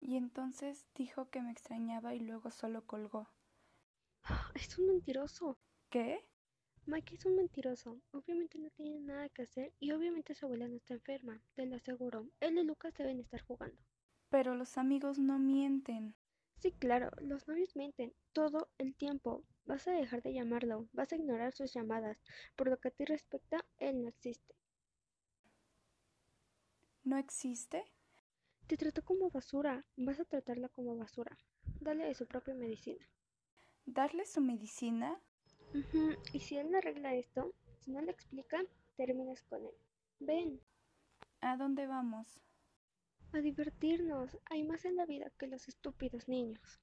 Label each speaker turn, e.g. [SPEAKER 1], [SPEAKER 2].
[SPEAKER 1] Y entonces dijo que me extrañaba y luego solo colgó.
[SPEAKER 2] Es un mentiroso.
[SPEAKER 1] ¿Qué?
[SPEAKER 2] Mike es un mentiroso. Obviamente no tiene nada que hacer y obviamente su abuela no está enferma, te lo aseguro. Él y Lucas deben estar jugando.
[SPEAKER 1] Pero los amigos no mienten.
[SPEAKER 2] Sí, claro, los novios mienten todo el tiempo. Vas a dejar de llamarlo, vas a ignorar sus llamadas. Por lo que a ti respecta, él no existe.
[SPEAKER 1] ¿No existe?
[SPEAKER 2] Te trató como basura, vas a tratarla como basura. Dale de su propia medicina.
[SPEAKER 1] ¿Darle su medicina?
[SPEAKER 2] Ujú, Y si él no arregla esto, si no le explica, terminas con él. Ven,
[SPEAKER 1] ¿A dónde vamos?
[SPEAKER 2] a divertirnos. Hay más en la vida que los estúpidos niños.